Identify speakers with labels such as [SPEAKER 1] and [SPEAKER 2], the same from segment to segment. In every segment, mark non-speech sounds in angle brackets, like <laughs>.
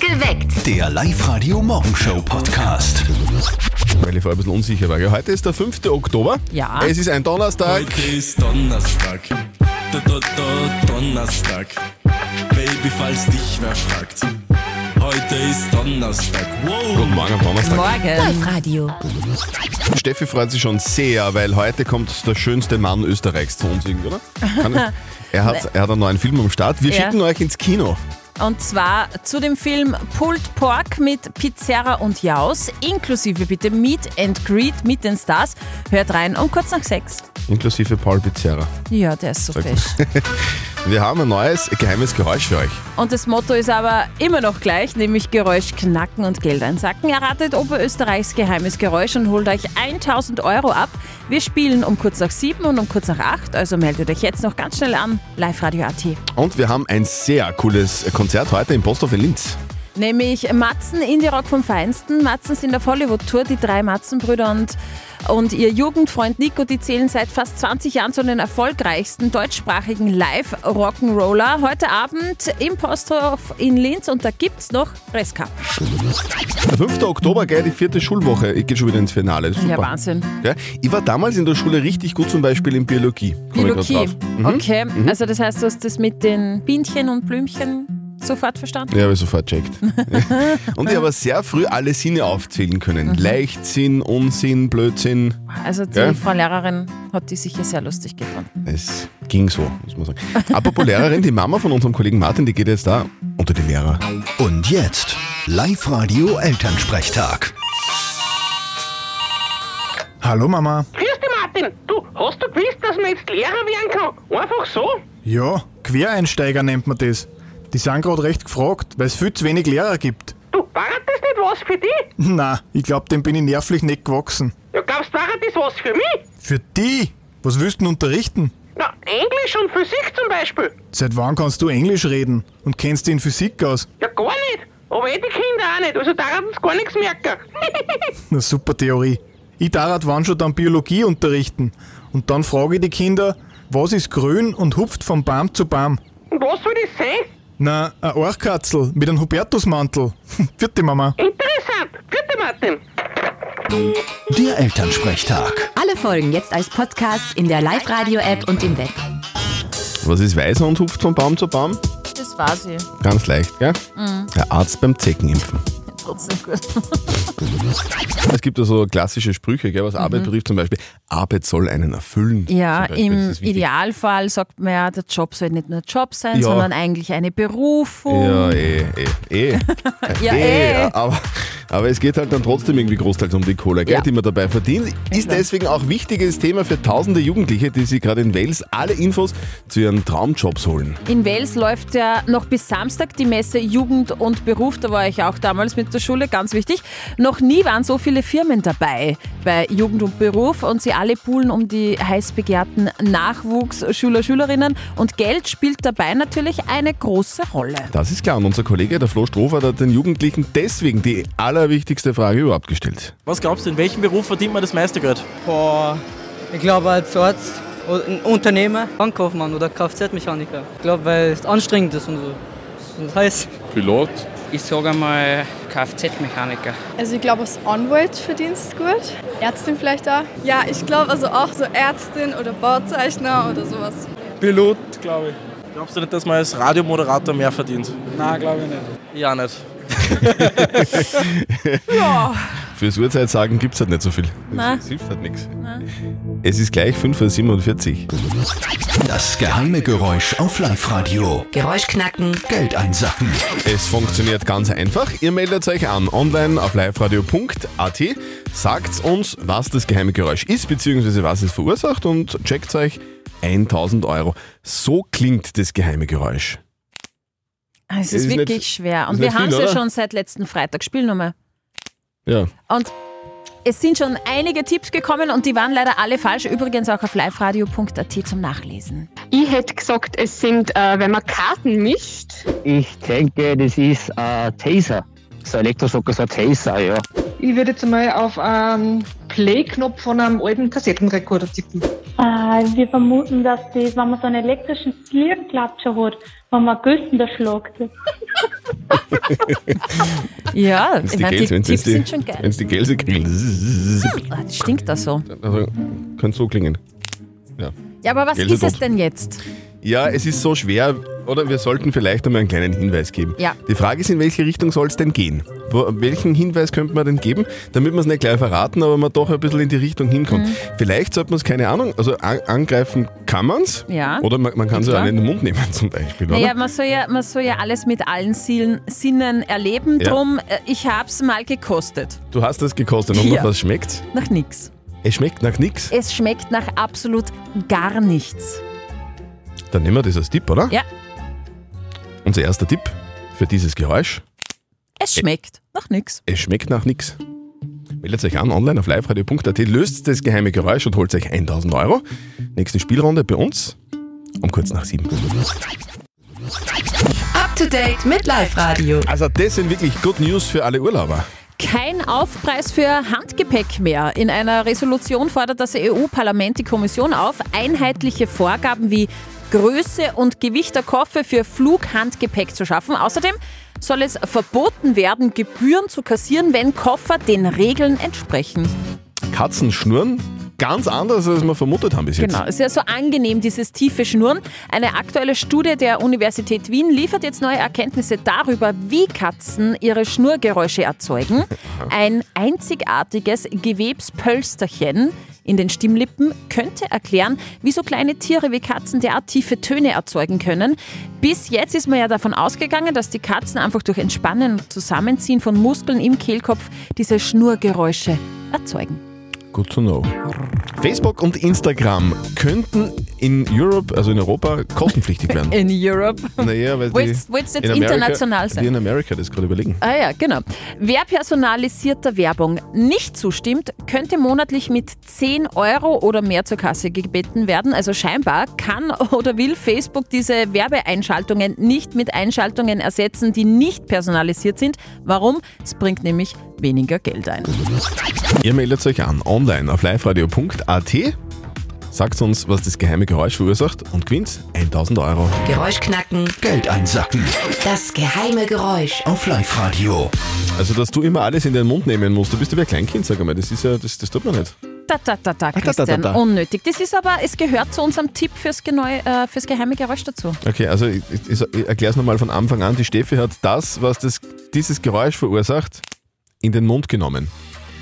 [SPEAKER 1] Geweckt.
[SPEAKER 2] Der Live-Radio-Morgenshow-Podcast.
[SPEAKER 3] Weil ich vorher ein bisschen unsicher war. Gell? Heute ist der 5. Oktober.
[SPEAKER 4] Ja.
[SPEAKER 3] Es ist ein Donnerstag.
[SPEAKER 5] Heute ist Donnerstag. Do, do, do, Donnerstag. Baby, falls dich wer fragt. Heute ist Donnerstag. Wow.
[SPEAKER 3] Guten Morgen am Donnerstag.
[SPEAKER 4] Morgen.
[SPEAKER 1] Radio.
[SPEAKER 3] Steffi freut sich schon sehr, weil heute kommt der schönste Mann Österreichs zu uns, irgendwie, oder? Kann ich- er, hat, er hat einen neuen Film am Start. Wir
[SPEAKER 4] Ja.
[SPEAKER 3] schicken euch ins Kino.
[SPEAKER 4] Und zwar zu dem Film Pulled Pork mit Pizzerra und Jaus, inklusive bitte Meet and Greet mit den Stars. Hört rein um kurz nach sechs.
[SPEAKER 3] Inklusive Paul Pizzerra.
[SPEAKER 4] Ja, der ist so fesch.
[SPEAKER 3] Wir haben ein neues geheimes Geräusch für euch.
[SPEAKER 4] Und das Motto ist aber immer noch gleich, nämlich Geräusch knacken und Geld einsacken. Erratet Oberösterreichs geheimes Geräusch und holt euch 1000 Euro ab. Wir spielen um kurz nach sieben und um kurz nach acht, also meldet euch jetzt noch ganz schnell an, liveradio.at.
[SPEAKER 3] Und wir haben ein sehr cooles Konzert heute im Posthof in Linz.
[SPEAKER 4] Nämlich Matzen Indie-Rock vom Feinsten. Matzen sind auf Hollywood-Tour, die drei Matzenbrüder und, und ihr Jugendfreund Nico, die zählen seit fast 20 Jahren zu den erfolgreichsten deutschsprachigen Live-Rock'n'Roller. Heute Abend im Posthof in Linz und da gibt's noch Reska.
[SPEAKER 3] Der 5. Oktober, gell, die vierte Schulwoche. Ich gehe schon wieder ins Finale. Das ist
[SPEAKER 4] Ja,
[SPEAKER 3] super.
[SPEAKER 4] Wahnsinn.
[SPEAKER 3] Gell? Ich war damals in der Schule richtig gut, zum Beispiel in Biologie. Komm ich Mhm. grad
[SPEAKER 4] Biologie.
[SPEAKER 3] drauf.
[SPEAKER 4] Okay, also das heißt, du hast das mit den Bienchen und Blümchen sofort verstanden?
[SPEAKER 3] Ja, habe ich sofort
[SPEAKER 4] <laughs>
[SPEAKER 3] checkt. Und ich habe sehr früh alle Sinne aufzählen können.
[SPEAKER 4] Mhm.
[SPEAKER 3] Leichtsinn, Unsinn, Blödsinn.
[SPEAKER 4] Also die
[SPEAKER 3] Ja.
[SPEAKER 4] Frau Lehrerin hat die sicher sehr lustig gefunden.
[SPEAKER 3] Es ging so, muss man sagen. Apropos Lehrerin, die Mama von unserem Kollegen Martin, die geht jetzt da unter die Lehrer.
[SPEAKER 2] Und jetzt Live-Radio Elternsprechtag.
[SPEAKER 6] Hallo Mama.
[SPEAKER 7] Grüß dich, Martin. Du, hast du gewusst, dass man jetzt Lehrer werden kann? Einfach so?
[SPEAKER 6] Ja, Quereinsteiger nennt man das. Die sind gerade recht gefragt, weil es viel zu wenig Lehrer gibt. <laughs>
[SPEAKER 7] Du, war das nicht was für dich?
[SPEAKER 6] Na, ich glaube, dem bin ich nervlich nicht gewachsen.
[SPEAKER 7] Ja, glaubst du, war das was für mich?
[SPEAKER 6] Für die? Was willst du denn unterrichten?
[SPEAKER 7] Na, Englisch und Physik zum Beispiel.
[SPEAKER 6] Seit wann kannst du Englisch reden und kennst dich in Physik aus?
[SPEAKER 7] Ja, gar nicht. Aber eh die Kinder auch nicht, also daran uns gar nichts merken. <laughs>
[SPEAKER 6] Na super Theorie. Ich darf halt wann schon dann Biologie unterrichten. Und dann frage ich die Kinder, was ist grün und hupft vom Baum zu Baum?
[SPEAKER 7] und was soll das sein?
[SPEAKER 6] Na, ein Orchkatzel mit einem Hubertusmantel. <laughs> Vierte Mama.
[SPEAKER 7] Interessant. Bitte, Martin.
[SPEAKER 2] Der Elternsprechtag.
[SPEAKER 1] Alle Folgen jetzt als Podcast in der Live-Radio-App und im Web.
[SPEAKER 3] Was ist weißer und hupft von Baum zu Baum?
[SPEAKER 4] Das war sie.
[SPEAKER 3] Ganz leicht, gell?
[SPEAKER 4] Mhm.
[SPEAKER 3] Der Arzt beim Zeckenimpfen.
[SPEAKER 4] Trotzdem gut.
[SPEAKER 3] Es gibt ja so klassische Sprüche, gell, was Arbeit betrifft zum Beispiel. Arbeit soll einen erfüllen.
[SPEAKER 4] Mhm. Ja,
[SPEAKER 3] zum Beispiel. Das
[SPEAKER 4] im
[SPEAKER 3] ist wichtig.
[SPEAKER 4] Idealfall sagt man ja, der Job soll nicht nur Job sein,
[SPEAKER 3] Ja.
[SPEAKER 4] sondern eigentlich eine Berufung.
[SPEAKER 3] Ja, eh, eh, eh.
[SPEAKER 4] <laughs> Ja, eh.
[SPEAKER 3] Aber, aber es geht halt dann trotzdem irgendwie großteils um die Kohle, gell,
[SPEAKER 4] Ja. Genau.
[SPEAKER 3] die man dabei verdient. Ist deswegen auch wichtiges Thema für tausende Jugendliche, die sich gerade in Wales alle Infos zu ihren Traumjobs holen.
[SPEAKER 4] In Wales läuft ja noch bis Samstag die Messe Jugend und Beruf. Da war ich auch damals mit der Schule, ganz wichtig. Noch nie waren so viele Firmen dabei bei Jugend und Beruf und sie alle poolen um die heiß begehrten Nachwuchsschüler, Schülerinnen. Und Geld spielt dabei natürlich eine große Rolle.
[SPEAKER 3] Das ist klar. Und unser Kollege, der Flo Strohfahrt, hat den Jugendlichen deswegen die allerwichtigste Frage überhaupt gestellt.
[SPEAKER 8] Was glaubst du, in welchem Beruf verdient man das meiste Geld?
[SPEAKER 9] Boah, ich glaube als Arzt, oder ein Unternehmer, Bankkaufmann oder Kfz-Mechaniker. Ich glaube, weil es anstrengend ist und so. Das heißt,
[SPEAKER 10] Pilot.
[SPEAKER 9] ich sage einmal Kfz-Mechaniker.
[SPEAKER 11] Also ich glaube, als Anwalt verdienst du gut. Ärztin vielleicht auch. Ja, ich glaube also auch so Ärztin oder Bauzeichner oder sowas.
[SPEAKER 10] Pilot, glaube ich.
[SPEAKER 8] Glaubst du nicht, dass man als Radiomoderator mehr verdient?
[SPEAKER 10] Nein, glaube ich nicht.
[SPEAKER 8] Ja, nicht.
[SPEAKER 3] Fürs Uhrzeit sagen gibt's halt nicht so viel.
[SPEAKER 4] Na.
[SPEAKER 3] Es hilft halt nichts. Es ist gleich 5.47 Uhr.
[SPEAKER 2] Das geheime Geräusch auf Live-Radio.
[SPEAKER 1] Geräusch knacken.
[SPEAKER 2] Geld einsacken.
[SPEAKER 3] Es funktioniert ganz einfach. Ihr meldet euch an online auf liveradio.at, sagt uns, was das geheime Geräusch ist, beziehungsweise was es verursacht und checkt euch 1000 Euro. So klingt das geheime Geräusch.
[SPEAKER 4] Ah, Es ist,
[SPEAKER 3] Ist nicht-
[SPEAKER 4] wirklich schwer. Und
[SPEAKER 3] ist
[SPEAKER 4] wir
[SPEAKER 3] nicht
[SPEAKER 4] haben es
[SPEAKER 3] viel,
[SPEAKER 4] ja
[SPEAKER 3] oder?
[SPEAKER 4] schon seit letzten Freitag. Spiel nochmal.
[SPEAKER 3] Ja.
[SPEAKER 4] Und es sind schon einige Tipps gekommen und die waren leider alle falsch. Übrigens auch auf liveradio.at zum Nachlesen.
[SPEAKER 11] Ich hätte gesagt, es sind, äh, wenn man Karten mischt.
[SPEAKER 9] Ich denke, das ist ein Taser. So ein Elektroschocker, so ein Taser, ja.
[SPEAKER 7] Ich würde jetzt mal auf einen Play-Knopf von einem alten Kassettenrekorder tippen.
[SPEAKER 11] Äh, wir vermuten, dass das, wenn man so einen elektrischen Fliegenklatscher hat, wenn man Güssen da schlagt.
[SPEAKER 4] Ja,
[SPEAKER 3] Wenn's
[SPEAKER 4] ich meine, die
[SPEAKER 3] Gels- wenn's-
[SPEAKER 4] Tipps
[SPEAKER 3] wenn's die-
[SPEAKER 4] sind schon geil.
[SPEAKER 3] Wenn's die Gelse kriegen.
[SPEAKER 4] Ah, das Stinkt das so?
[SPEAKER 3] Also, könnte so klingen. Ja.
[SPEAKER 4] Ja, aber was
[SPEAKER 3] Gelse
[SPEAKER 4] ist es
[SPEAKER 3] tot.
[SPEAKER 4] denn jetzt?
[SPEAKER 3] Ja, es ist so schwer, oder wir sollten vielleicht einmal einen kleinen Hinweis geben.
[SPEAKER 4] Ja.
[SPEAKER 3] Die Frage ist, in welche Richtung soll es denn gehen? Wo, welchen Hinweis könnte man denn geben, damit wir es nicht gleich verraten, aber man doch ein bisschen in die Richtung hinkommt?
[SPEAKER 4] Mhm.
[SPEAKER 3] Vielleicht sollte man es, keine Ahnung, also an, angreifen kann man es.
[SPEAKER 4] Ja.
[SPEAKER 3] Oder man, man kann es
[SPEAKER 4] Ja,
[SPEAKER 3] ja auch
[SPEAKER 4] klar.
[SPEAKER 3] in den Mund nehmen zum Beispiel, oder?
[SPEAKER 4] Naja, man soll ja, man soll ja alles mit allen Sinnen, Sinnen erleben.
[SPEAKER 3] Ja.
[SPEAKER 4] Drum, äh, ich hab's mal gekostet.
[SPEAKER 3] Du hast das gekostet und
[SPEAKER 4] Ja.
[SPEAKER 3] was schmeckt?
[SPEAKER 4] Nach nix.
[SPEAKER 3] Es schmeckt nach nichts.
[SPEAKER 4] Es schmeckt nach absolut gar nichts.
[SPEAKER 3] Dann nehmen wir das als Tipp, oder?
[SPEAKER 4] Ja,
[SPEAKER 3] Unser erster Tipp für dieses Geräusch.
[SPEAKER 4] es schmeckt nach nix.
[SPEAKER 3] Es schmeckt nach nichts. Meldet euch an online auf liveradio.at, löst das geheime Geräusch und holt euch 1000 Euro. Nächste Spielrunde bei uns um kurz nach sieben.
[SPEAKER 1] Up to date mit Live Radio.
[SPEAKER 3] Also, das sind wirklich Good News für alle Urlauber.
[SPEAKER 4] Kein Aufpreis für Handgepäck mehr. In einer Resolution fordert das EU-Parlament die Kommission auf, einheitliche Vorgaben wie Größe und Gewicht der Koffer für Flughandgepäck zu schaffen. Außerdem soll es verboten werden, Gebühren zu kassieren, wenn Koffer den Regeln entsprechen.
[SPEAKER 3] Katzen schnurren ganz anders, als wir vermutet haben bis jetzt.
[SPEAKER 4] Genau, ist ja so angenehm, dieses tiefe Schnurren. Eine aktuelle Studie der Universität Wien liefert jetzt neue Erkenntnisse darüber, wie Katzen ihre Schnurgeräusche erzeugen. Ein einzigartiges Gewebspölsterchen in den Stimmlippen könnte erklären, wieso kleine Tiere wie Katzen derart tiefe Töne erzeugen können. Bis jetzt ist man ja davon ausgegangen, dass die Katzen einfach durch Entspannen und Zusammenziehen von Muskeln im Kehlkopf diese Schnurgeräusche erzeugen.
[SPEAKER 3] Good to know. Facebook und Instagram könnten in Europe, also in Europa, kostenpflichtig
[SPEAKER 4] <laughs>
[SPEAKER 3] werden.
[SPEAKER 4] In Europe.
[SPEAKER 3] naja, weil
[SPEAKER 4] Willst- willst jetzt
[SPEAKER 3] in Amerika-
[SPEAKER 4] international sein?
[SPEAKER 3] Die in Amerika das gerade überlegen.
[SPEAKER 4] Ah ja, genau. Wer personalisierter Werbung nicht zustimmt, könnte monatlich mit 10 Euro oder mehr zur Kasse gebeten werden. Also scheinbar kann <laughs> oder will Facebook diese Werbeeinschaltungen nicht mit Einschaltungen ersetzen, die nicht personalisiert sind. Warum? Es bringt nämlich weniger Geld ein.
[SPEAKER 3] Ihr meldet euch an online auf liveradio.at, sagt uns, was das geheime Geräusch verursacht und gewinnt 1000 Euro.
[SPEAKER 1] Geräusch knacken.
[SPEAKER 2] Geld einsacken.
[SPEAKER 1] Das geheime Geräusch.
[SPEAKER 2] Auf Live-Radio.
[SPEAKER 3] Also, dass du immer alles in den Mund nehmen musst, du bist ja wie ein Kleinkind, sag einmal, das ist ja, das, das tut man nicht.
[SPEAKER 4] Da, da, da, Ah, da, Christian.
[SPEAKER 3] da.
[SPEAKER 4] Unnötig. Das ist aber, es gehört zu unserem Tipp fürs, Geneu, äh, fürs geheime Geräusch dazu.
[SPEAKER 3] Okay, also ich, ich, ich erkläre es nochmal von Anfang an. Die Steffi hat das, was das, dieses Geräusch verursacht, in den Mund genommen.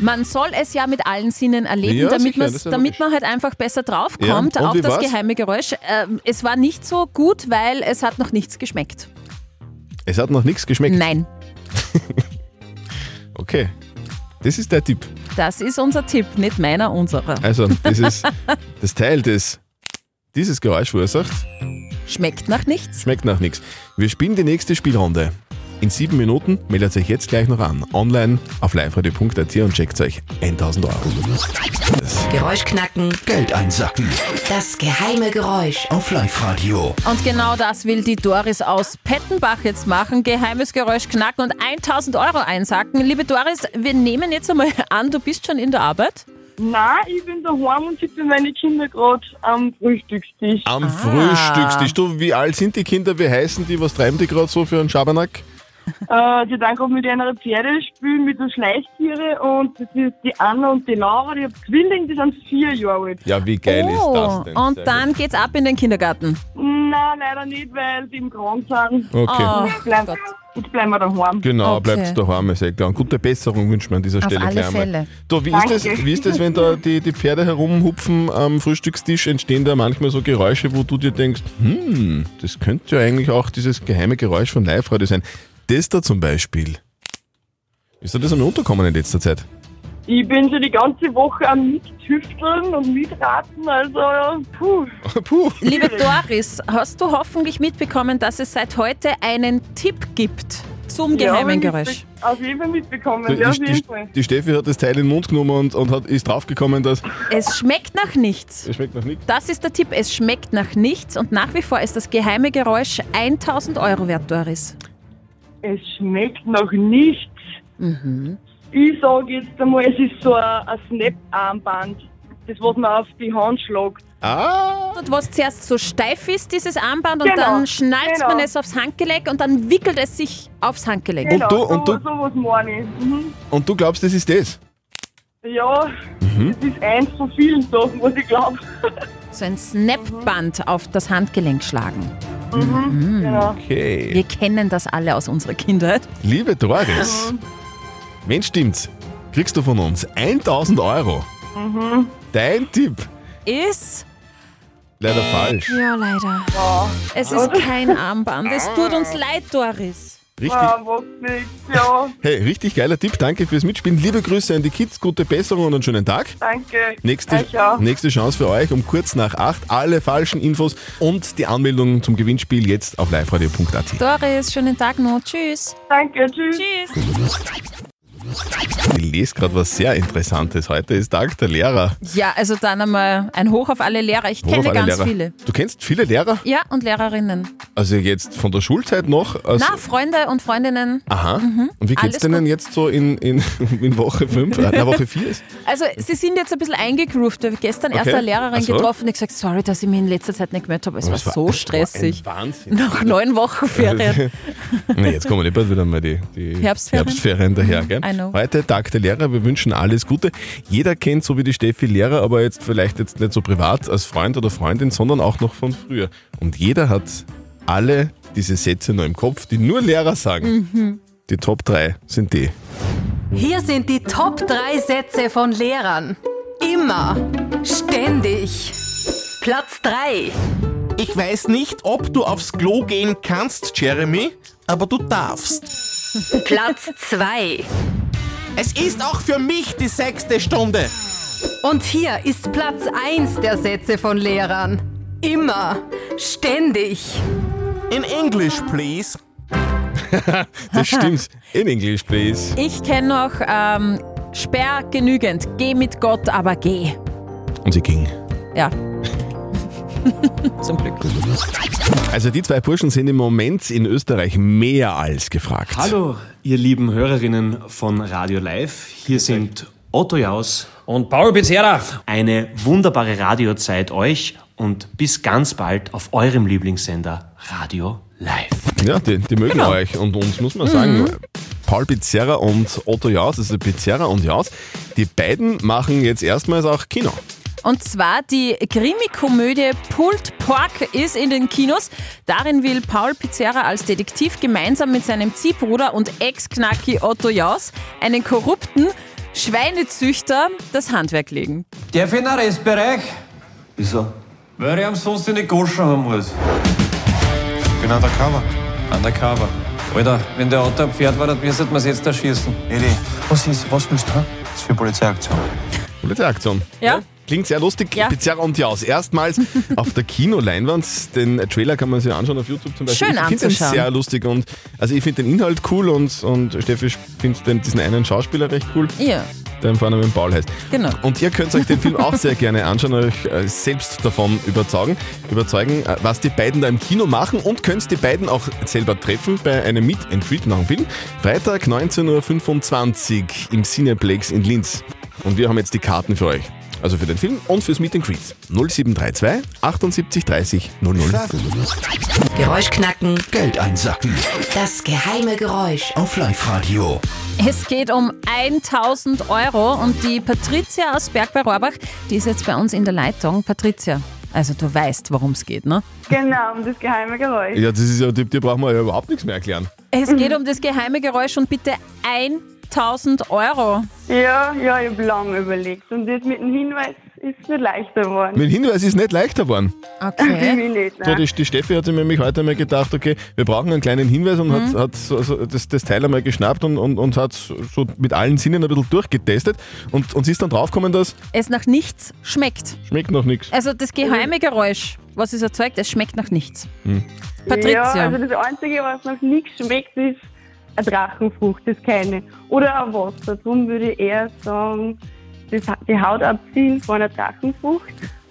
[SPEAKER 4] Man soll es ja mit allen Sinnen erleben,
[SPEAKER 3] Ja,
[SPEAKER 4] damit,
[SPEAKER 3] sicher,
[SPEAKER 4] man's-
[SPEAKER 3] das ist ja
[SPEAKER 4] damit man halt einfach besser
[SPEAKER 3] Ja,
[SPEAKER 4] draufkommt
[SPEAKER 3] und
[SPEAKER 4] auf
[SPEAKER 3] wie
[SPEAKER 4] das
[SPEAKER 3] war's?
[SPEAKER 4] geheime Geräusch. Ähm, es war nicht so gut, weil es hat noch nichts geschmeckt.
[SPEAKER 3] Es hat noch nichts geschmeckt.
[SPEAKER 4] Nein,
[SPEAKER 3] Okay, das ist der Tipp.
[SPEAKER 4] das ist unser Tipp, nicht meiner, unserer.
[SPEAKER 3] Also, das ist das Teil, das dieses Geräusch verursacht, Äh.
[SPEAKER 4] Schmeckt nach nichts.
[SPEAKER 3] schmeckt nach nichts. Wir spielen die nächste Spielrunde. In sieben Minuten meldet euch jetzt gleich noch an. Online auf liveradio.at und checkt euch 1000 Euro.
[SPEAKER 1] Geräusch knacken.
[SPEAKER 2] Geld einsacken.
[SPEAKER 1] Das geheime Geräusch.
[SPEAKER 2] Auf Live-Radio.
[SPEAKER 4] Und genau das will die Doris aus Pettenbach jetzt machen. Geheimes Geräusch knacken und 1000 Euro einsacken. Liebe Doris, wir nehmen jetzt einmal an, du bist schon in der Arbeit.
[SPEAKER 12] Nein, ich bin daheim und sitze meine Kinder gerade am Frühstückstisch.
[SPEAKER 3] Am Frühstückstisch. Du, wie alt sind die Kinder? Wie heißen die? Was treiben die gerade so für einen Schabernack?
[SPEAKER 12] Äh, die dann gerade mit einer Pferde spielen, mit den Schleichtiere und das ist die Anna und die Laura, die haben Zwillinge, die sind vier Jahre alt.
[SPEAKER 3] Ja, wie geil ist das denn?
[SPEAKER 4] Oh, und
[SPEAKER 3] Sehr
[SPEAKER 4] dann geht's ab in den Kindergarten.
[SPEAKER 12] Nein, leider nicht, weil sie im Krank sind.
[SPEAKER 3] Okay. Oh,
[SPEAKER 12] jetzt, bleiben, jetzt bleiben wir daheim.
[SPEAKER 3] Genau, bleibt daheim, ist eh klar. Und gute Besserung wünscht man an dieser
[SPEAKER 12] Auf
[SPEAKER 3] Stelle
[SPEAKER 12] alle
[SPEAKER 3] gleich einmal.
[SPEAKER 12] Fälle.
[SPEAKER 3] Du, wie, ist das,
[SPEAKER 12] Danke.
[SPEAKER 3] wie ist das, wenn da die, die Pferde herumhupfen am Frühstückstisch? Entstehen da manchmal so Geräusche, wo du dir denkst, hm, das könnte ja eigentlich auch dieses geheime Geräusch von Live-Radio sein. Das da zum Beispiel. Ist dir das einmal unterkommen in letzter Zeit?
[SPEAKER 12] Ich bin schon die ganze Woche am Mithüfteln und Mitraten, also ja, puh.
[SPEAKER 3] puh.
[SPEAKER 4] Liebe Doris, hast du hoffentlich mitbekommen, dass es seit heute einen Tipp gibt zum geheimen Geräusch?
[SPEAKER 12] Auf jeden Fall mitbekommen,
[SPEAKER 3] Die,
[SPEAKER 12] ja, auf jeden
[SPEAKER 3] die,
[SPEAKER 12] Fall.
[SPEAKER 3] die Steffi hat das Teil in den Mund genommen und, und hat, ist draufgekommen, dass
[SPEAKER 4] Es schmeckt nach nichts.
[SPEAKER 3] es schmeckt noch nichts.
[SPEAKER 4] Das ist der Tipp, es schmeckt nach nichts und nach wie vor ist das geheime Geräusch 1000 Euro wert, Doris.
[SPEAKER 12] Es schmeckt nach nichts. Ich sage jetzt einmal, es ist so ein, ein Snap-Armband. Das, was man auf die Hand schlägt.
[SPEAKER 3] Ah.
[SPEAKER 4] Und was zuerst so steif ist, dieses Armband, und
[SPEAKER 12] Genau,
[SPEAKER 4] dann schnallt
[SPEAKER 12] genau.
[SPEAKER 4] man es aufs Handgelenk und dann wickelt es sich aufs Handgelenk.
[SPEAKER 3] Und du- und
[SPEAKER 12] Genau, so,
[SPEAKER 3] du-
[SPEAKER 12] so was meine ich. Mhm.
[SPEAKER 3] Und du glaubst, das ist das?
[SPEAKER 12] Ja,
[SPEAKER 3] Mhm.
[SPEAKER 12] das ist eins von vielen Sachen, was ich glaube.
[SPEAKER 4] So ein Snapband auf das Handgelenk schlagen. Mhm.
[SPEAKER 12] Genau.
[SPEAKER 3] Okay.
[SPEAKER 4] Wir kennen das alle aus unserer Kindheit.
[SPEAKER 3] Liebe
[SPEAKER 4] Mhm.
[SPEAKER 3] Doris, wenn stimmt's, kriegst du von uns 1000 Euro.
[SPEAKER 4] Mhm.
[SPEAKER 3] Dein Tipp,
[SPEAKER 4] Ist.
[SPEAKER 3] leider falsch.
[SPEAKER 4] Ja, leider. Es ist kein Armband. Es tut uns leid, Doris.
[SPEAKER 3] Richtig. Ah, Hey, richtig geiler Tipp, danke fürs Mitspielen. Liebe Grüße an die Kids, gute Besserung und einen schönen Tag.
[SPEAKER 12] Danke.
[SPEAKER 3] Nächste,
[SPEAKER 12] Euch auch.
[SPEAKER 3] nächste Chance für euch um kurz nach 8. Alle falschen Infos und die Anmeldung zum Gewinnspiel jetzt auf liveradio.at.
[SPEAKER 4] Doris, schönen Tag noch. Tschüss.
[SPEAKER 12] Danke, tschüss.
[SPEAKER 3] Ich lese gerade was sehr Interessantes. Heute ist Tag der Lehrer.
[SPEAKER 4] Ja, also dann einmal ein Hoch auf alle Lehrer. Ich
[SPEAKER 3] Hoch auf
[SPEAKER 4] kenne
[SPEAKER 3] alle
[SPEAKER 4] ganz
[SPEAKER 3] Lehrer.
[SPEAKER 4] viele.
[SPEAKER 3] Du kennst viele Lehrer?
[SPEAKER 4] Ja, und Lehrerinnen.
[SPEAKER 3] Also jetzt von der Schulzeit noch? Also,
[SPEAKER 4] Na, Freunde und Freundinnen.
[SPEAKER 3] Aha.
[SPEAKER 4] Mhm.
[SPEAKER 3] Und wie geht's
[SPEAKER 4] Alles
[SPEAKER 3] denen jetzt so in, in, <laughs> in Woche
[SPEAKER 4] <laughs>
[SPEAKER 3] 5? Äh, na, Woche 4 ist?
[SPEAKER 4] Also, sie sind jetzt ein bisschen eingegroovt. Ich habe gestern erst
[SPEAKER 3] Okay.
[SPEAKER 4] eine Lehrerin
[SPEAKER 3] Ach so.
[SPEAKER 4] getroffen und gesagt, sorry, dass ich mich in letzter Zeit nicht gemeldet habe. Es
[SPEAKER 3] Aber
[SPEAKER 4] war,
[SPEAKER 3] es war- es
[SPEAKER 4] so
[SPEAKER 3] war ein
[SPEAKER 4] stressig. <laughs>
[SPEAKER 3] Wahnsinn.
[SPEAKER 4] Nach
[SPEAKER 3] <laughs>
[SPEAKER 4] neun Wochen Ferien.
[SPEAKER 3] Na, jetzt kommen eh bald wieder mal die, die
[SPEAKER 4] Herbstferien.
[SPEAKER 3] Herbstferien daher. Gell?
[SPEAKER 4] I know.
[SPEAKER 3] Heute Tag der Lehrer, wir wünschen alles Gute. Jeder kennt so wie die Steffi Lehrer, aber jetzt vielleicht jetzt nicht so privat als Freund oder Freundin, sondern auch noch von früher. Und jeder hat alle diese Sätze noch im Kopf, die nur Lehrer sagen.
[SPEAKER 4] Mhm.
[SPEAKER 3] Die Top 3 sind die.
[SPEAKER 13] Hier sind die Top 3 Sätze von Lehrern. Immer. Ständig. Platz 3.
[SPEAKER 14] Ich weiß nicht, ob du aufs Klo gehen kannst, Jeremy, aber du darfst.
[SPEAKER 13] Platz 2.
[SPEAKER 14] Es ist auch für mich die sechste Stunde.
[SPEAKER 13] Und hier ist Platz 1 der Sätze von Lehrern. Immer. Ständig.
[SPEAKER 14] In English, please.
[SPEAKER 4] <laughs>
[SPEAKER 3] das stimmt. In English, please.
[SPEAKER 4] Ich kenne noch ähm, Sperr genügend. Geh mit Gott, aber geh.
[SPEAKER 3] Und sie ging.
[SPEAKER 4] Ja. Zum Glück.
[SPEAKER 3] Also die zwei Burschen sind im Moment in Österreich mehr als gefragt.
[SPEAKER 15] Hallo, ihr lieben Hörerinnen von Radio Live. Hier sind Otto Jaus und Paul Pizzerra. Eine wunderbare Radiozeit euch und bis ganz bald auf eurem Lieblingssender Radio Live.
[SPEAKER 3] Ja, die, die mögen
[SPEAKER 15] Genau.
[SPEAKER 3] euch und uns, muss man sagen.
[SPEAKER 15] Mhm.
[SPEAKER 3] Paul Pizzerra und Otto Jaus, also Pizzerra und Jaus, die beiden machen jetzt erstmals auch Kino.
[SPEAKER 4] Und zwar die Krimi-Komödie Pulled Pork ist in den Kinos. Darin will Paul Pizzerra als Detektiv gemeinsam mit seinem Ziehbruder und Ex-Knacki Otto Jaus einen korrupten Schweinezüchter das Handwerk legen.
[SPEAKER 16] Der Finanzbereich. Wieso? Weil ich am sonst in die Goschen haben muss. Ich bin undercover. Undercover. Alter, wenn der Auto am Pferd war, dann müsste man es jetzt erschießen. Edi, was ist, was willst du haben? Das ist für Polizeiaktion.
[SPEAKER 3] Polizeiaktion.
[SPEAKER 4] Ja?
[SPEAKER 3] Klingt sehr lustig. Pizzerra und Jaus.
[SPEAKER 4] <laughs>
[SPEAKER 3] Erstmals auf der Kinoleinwand. Den Trailer kann man sich anschauen auf YouTube zum Beispiel.
[SPEAKER 4] Schön
[SPEAKER 3] ich finde den
[SPEAKER 4] anzuschauen.
[SPEAKER 3] sehr lustig und also ich finde den Inhalt cool und, und Steffi findet den- diesen einen Schauspieler recht cool.
[SPEAKER 4] Ja.
[SPEAKER 3] Der im Vornamen Paul heißt.
[SPEAKER 4] Genau.
[SPEAKER 3] Und ihr könnt euch den Film auch sehr gerne anschauen, euch äh, selbst davon überzeugen, überzeugen, äh, was die beiden da im Kino machen und könnt die beiden auch selber treffen bei einem Meet and Greet nach dem Film. Freitag 19.25 Uhr im Cineplex in Linz. Und wir haben jetzt die Karten für euch. Also für den Film und fürs Meet and Greet. 0732 78 30 00.
[SPEAKER 1] Geräuschknacken.
[SPEAKER 2] Geld einsacken.
[SPEAKER 1] Das geheime Geräusch.
[SPEAKER 2] Auf Live-Radio.
[SPEAKER 4] Es geht um 1000 Euro und die Patricia aus Berg bei Rohrbach, die ist jetzt bei uns in der Leitung. Patricia, also du weißt, worum es geht, ne?
[SPEAKER 12] Genau, um das geheime Geräusch.
[SPEAKER 3] Ja, das ist ja, dir dir brauchen wir ja überhaupt nichts mehr erklären.
[SPEAKER 4] Es geht um das geheime Geräusch und bitte 1000 Euro.
[SPEAKER 12] Ja, ja, ich habe lange überlegt. Und jetzt mit dem Hinweis ist es nicht leichter geworden.
[SPEAKER 3] Mein Hinweis ist nicht leichter geworden.
[SPEAKER 12] Irgendwie nicht,
[SPEAKER 3] So,
[SPEAKER 12] nein.
[SPEAKER 3] die, die Steffi hat sich nämlich heute einmal gedacht, okay, wir brauchen einen kleinen Hinweis und
[SPEAKER 12] Mhm.
[SPEAKER 3] hat, hat so, so das, das Teil einmal geschnappt und, und, und hat so mit allen Sinnen ein bisschen durchgetestet und, und sie ist dann draufgekommen, dass
[SPEAKER 4] Es nach nichts schmeckt.
[SPEAKER 3] schmeckt noch nichts.
[SPEAKER 4] Also das geheime Geräusch, was es erzeugt, es schmeckt nach nichts.
[SPEAKER 3] Hm.
[SPEAKER 4] Patricia.
[SPEAKER 12] Ja, also das Einzige, was noch nicht schmeckt, ist eine Drachenfrucht, das keine. Oder ein Wasser. Darum würde ich eher sagen, das, die Haut abziehen von einer Drachenfrucht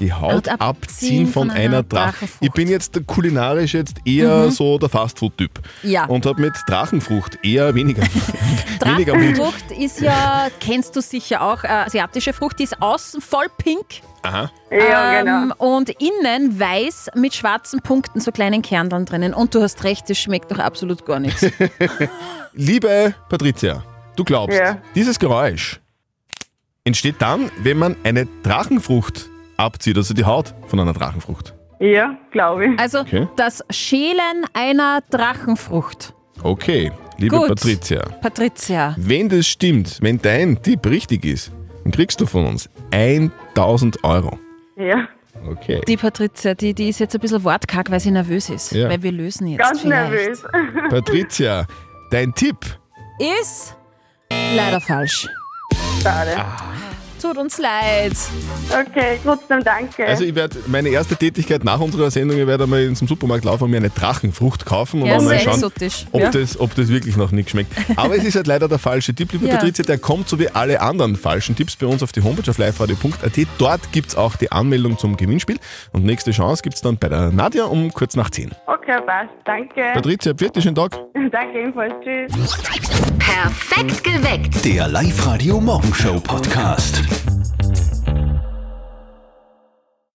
[SPEAKER 3] Die Haut
[SPEAKER 17] Haut
[SPEAKER 3] abziehen von, einer Drachenfrucht. Ich bin jetzt kulinarisch jetzt eher
[SPEAKER 4] Mhm.
[SPEAKER 3] so der Fastfood-Typ.
[SPEAKER 4] Ja.
[SPEAKER 3] Und habe mit Drachenfrucht eher weniger. weniger Mut.
[SPEAKER 4] Drachenfrucht ist ja, kennst du sicher auch, äh, asiatische Frucht, die ist außen voll pink.
[SPEAKER 3] Aha.
[SPEAKER 17] Ja,
[SPEAKER 4] ähm,
[SPEAKER 12] genau.
[SPEAKER 4] Und innen weiß mit schwarzen Punkten, so kleinen Kernen drinnen. Und du hast recht, das schmeckt doch absolut gar nichts.
[SPEAKER 3] <laughs> Liebe Patricia, du glaubst,
[SPEAKER 4] Ja.
[SPEAKER 3] dieses Geräusch entsteht dann, wenn man eine Drachenfrucht abzieht, also die Haut von einer Drachenfrucht.
[SPEAKER 4] ja, glaube ich. Also
[SPEAKER 3] Okay.
[SPEAKER 4] das Schälen einer Drachenfrucht.
[SPEAKER 3] Okay, liebe
[SPEAKER 4] Gut.
[SPEAKER 3] Patricia,
[SPEAKER 4] Patricia,
[SPEAKER 3] wenn das stimmt, wenn dein Tipp richtig ist, dann kriegst du von uns 1000 Euro.
[SPEAKER 12] Ja.
[SPEAKER 3] Okay.
[SPEAKER 4] die Patricia, die, die ist jetzt ein bisschen wortkarg, weil sie nervös ist.
[SPEAKER 3] Ja.
[SPEAKER 4] Weil wir lösen jetzt
[SPEAKER 12] Ganz
[SPEAKER 4] vielleicht.
[SPEAKER 12] nervös.
[SPEAKER 3] Patricia, dein Tipp.
[SPEAKER 4] Ist leider falsch.
[SPEAKER 12] Schade.
[SPEAKER 4] Tut uns leid.
[SPEAKER 12] Okay, trotzdem danke.
[SPEAKER 3] Also ich werde meine erste Tätigkeit nach unserer Sendung, ich werde einmal in zum Supermarkt laufen und mir eine Drachenfrucht kaufen und
[SPEAKER 4] Ja,
[SPEAKER 3] dann mal
[SPEAKER 4] sehr
[SPEAKER 3] schauen,
[SPEAKER 4] exotisch,
[SPEAKER 3] ob,
[SPEAKER 4] ja.
[SPEAKER 3] das, ob das wirklich noch nicht
[SPEAKER 4] <laughs>
[SPEAKER 3] schmeckt. Aber es ist halt leider der falsche Tipp, liebe
[SPEAKER 4] Ja.
[SPEAKER 3] Patricia, der kommt so wie alle anderen falschen Tipps bei uns auf die Homepage auf liveradio.at. Dort gibt es auch die Anmeldung zum Gewinnspiel und nächste Chance gibt es dann bei der Nadja um kurz nach 10.
[SPEAKER 12] okay, passt. Danke.
[SPEAKER 3] Patricia, pfiat dich schönen Tag.
[SPEAKER 12] <laughs> Danke ebenfalls. Tschüss.
[SPEAKER 13] Perfekt geweckt.
[SPEAKER 2] Der Live-Radio Morgenshow Podcast.